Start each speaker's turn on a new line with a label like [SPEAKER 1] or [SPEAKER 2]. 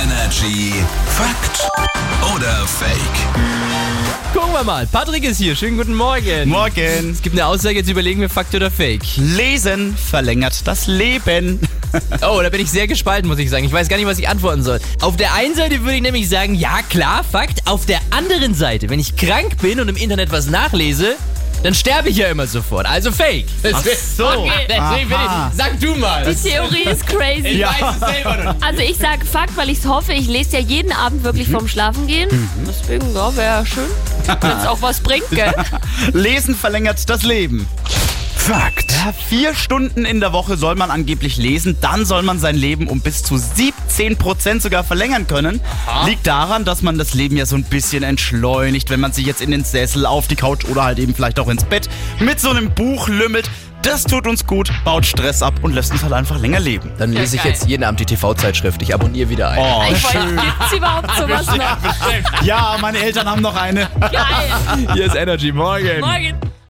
[SPEAKER 1] Energy Fakt oder Fake?
[SPEAKER 2] Gucken wir mal. Patrick ist hier. Schönen guten Morgen.
[SPEAKER 3] Morgen.
[SPEAKER 2] Es gibt eine Aussage, jetzt überlegen wir Fakt oder Fake.
[SPEAKER 3] Lesen verlängert das Leben.
[SPEAKER 2] Oh, da bin ich sehr gespalten, muss ich sagen. Ich weiß gar nicht, was ich antworten soll. Auf der einen Seite würde ich nämlich sagen, ja klar, Fakt. Auf der anderen Seite, wenn ich krank bin und im Internet was nachlese, dann sterbe ich ja immer sofort. Also Fake.
[SPEAKER 3] so.
[SPEAKER 2] Okay, deswegen bin
[SPEAKER 3] Aha.
[SPEAKER 2] ich, sag du mal.
[SPEAKER 4] Die Theorie ist crazy.
[SPEAKER 2] Ich weiß es selber noch nicht.
[SPEAKER 4] Also ich sage Fakt, weil ich es hoffe. Ich lese ja jeden Abend wirklich vorm Schlafengehen. Deswegen, ja, wäre ja schön, wenn es auch was bringt, gell?
[SPEAKER 3] Oh, Lesen verlängert das Leben.
[SPEAKER 1] Fakt.
[SPEAKER 3] Ja, Vier Stunden in der Woche soll man angeblich lesen, dann soll man sein Leben um bis zu 17 Prozent sogar verlängern können. Liegt daran, dass man das Leben ja so ein bisschen entschleunigt, wenn man sich jetzt in den Sessel, auf die Couch oder halt eben vielleicht auch ins Bett mit so einem Buch lümmelt. Das tut uns gut, baut Stress ab und lässt uns halt einfach länger leben.
[SPEAKER 2] Dann lese ich jetzt jeden Abend die TV-Zeitschrift. Ich abonniere wieder einen.
[SPEAKER 3] Oh,
[SPEAKER 4] Ich wollte, gibt's überhaupt sowas noch?
[SPEAKER 3] ja, meine Eltern haben noch eine.
[SPEAKER 4] Geil.
[SPEAKER 2] Hier ist Energy Oh. Morgen.
[SPEAKER 4] Morgen.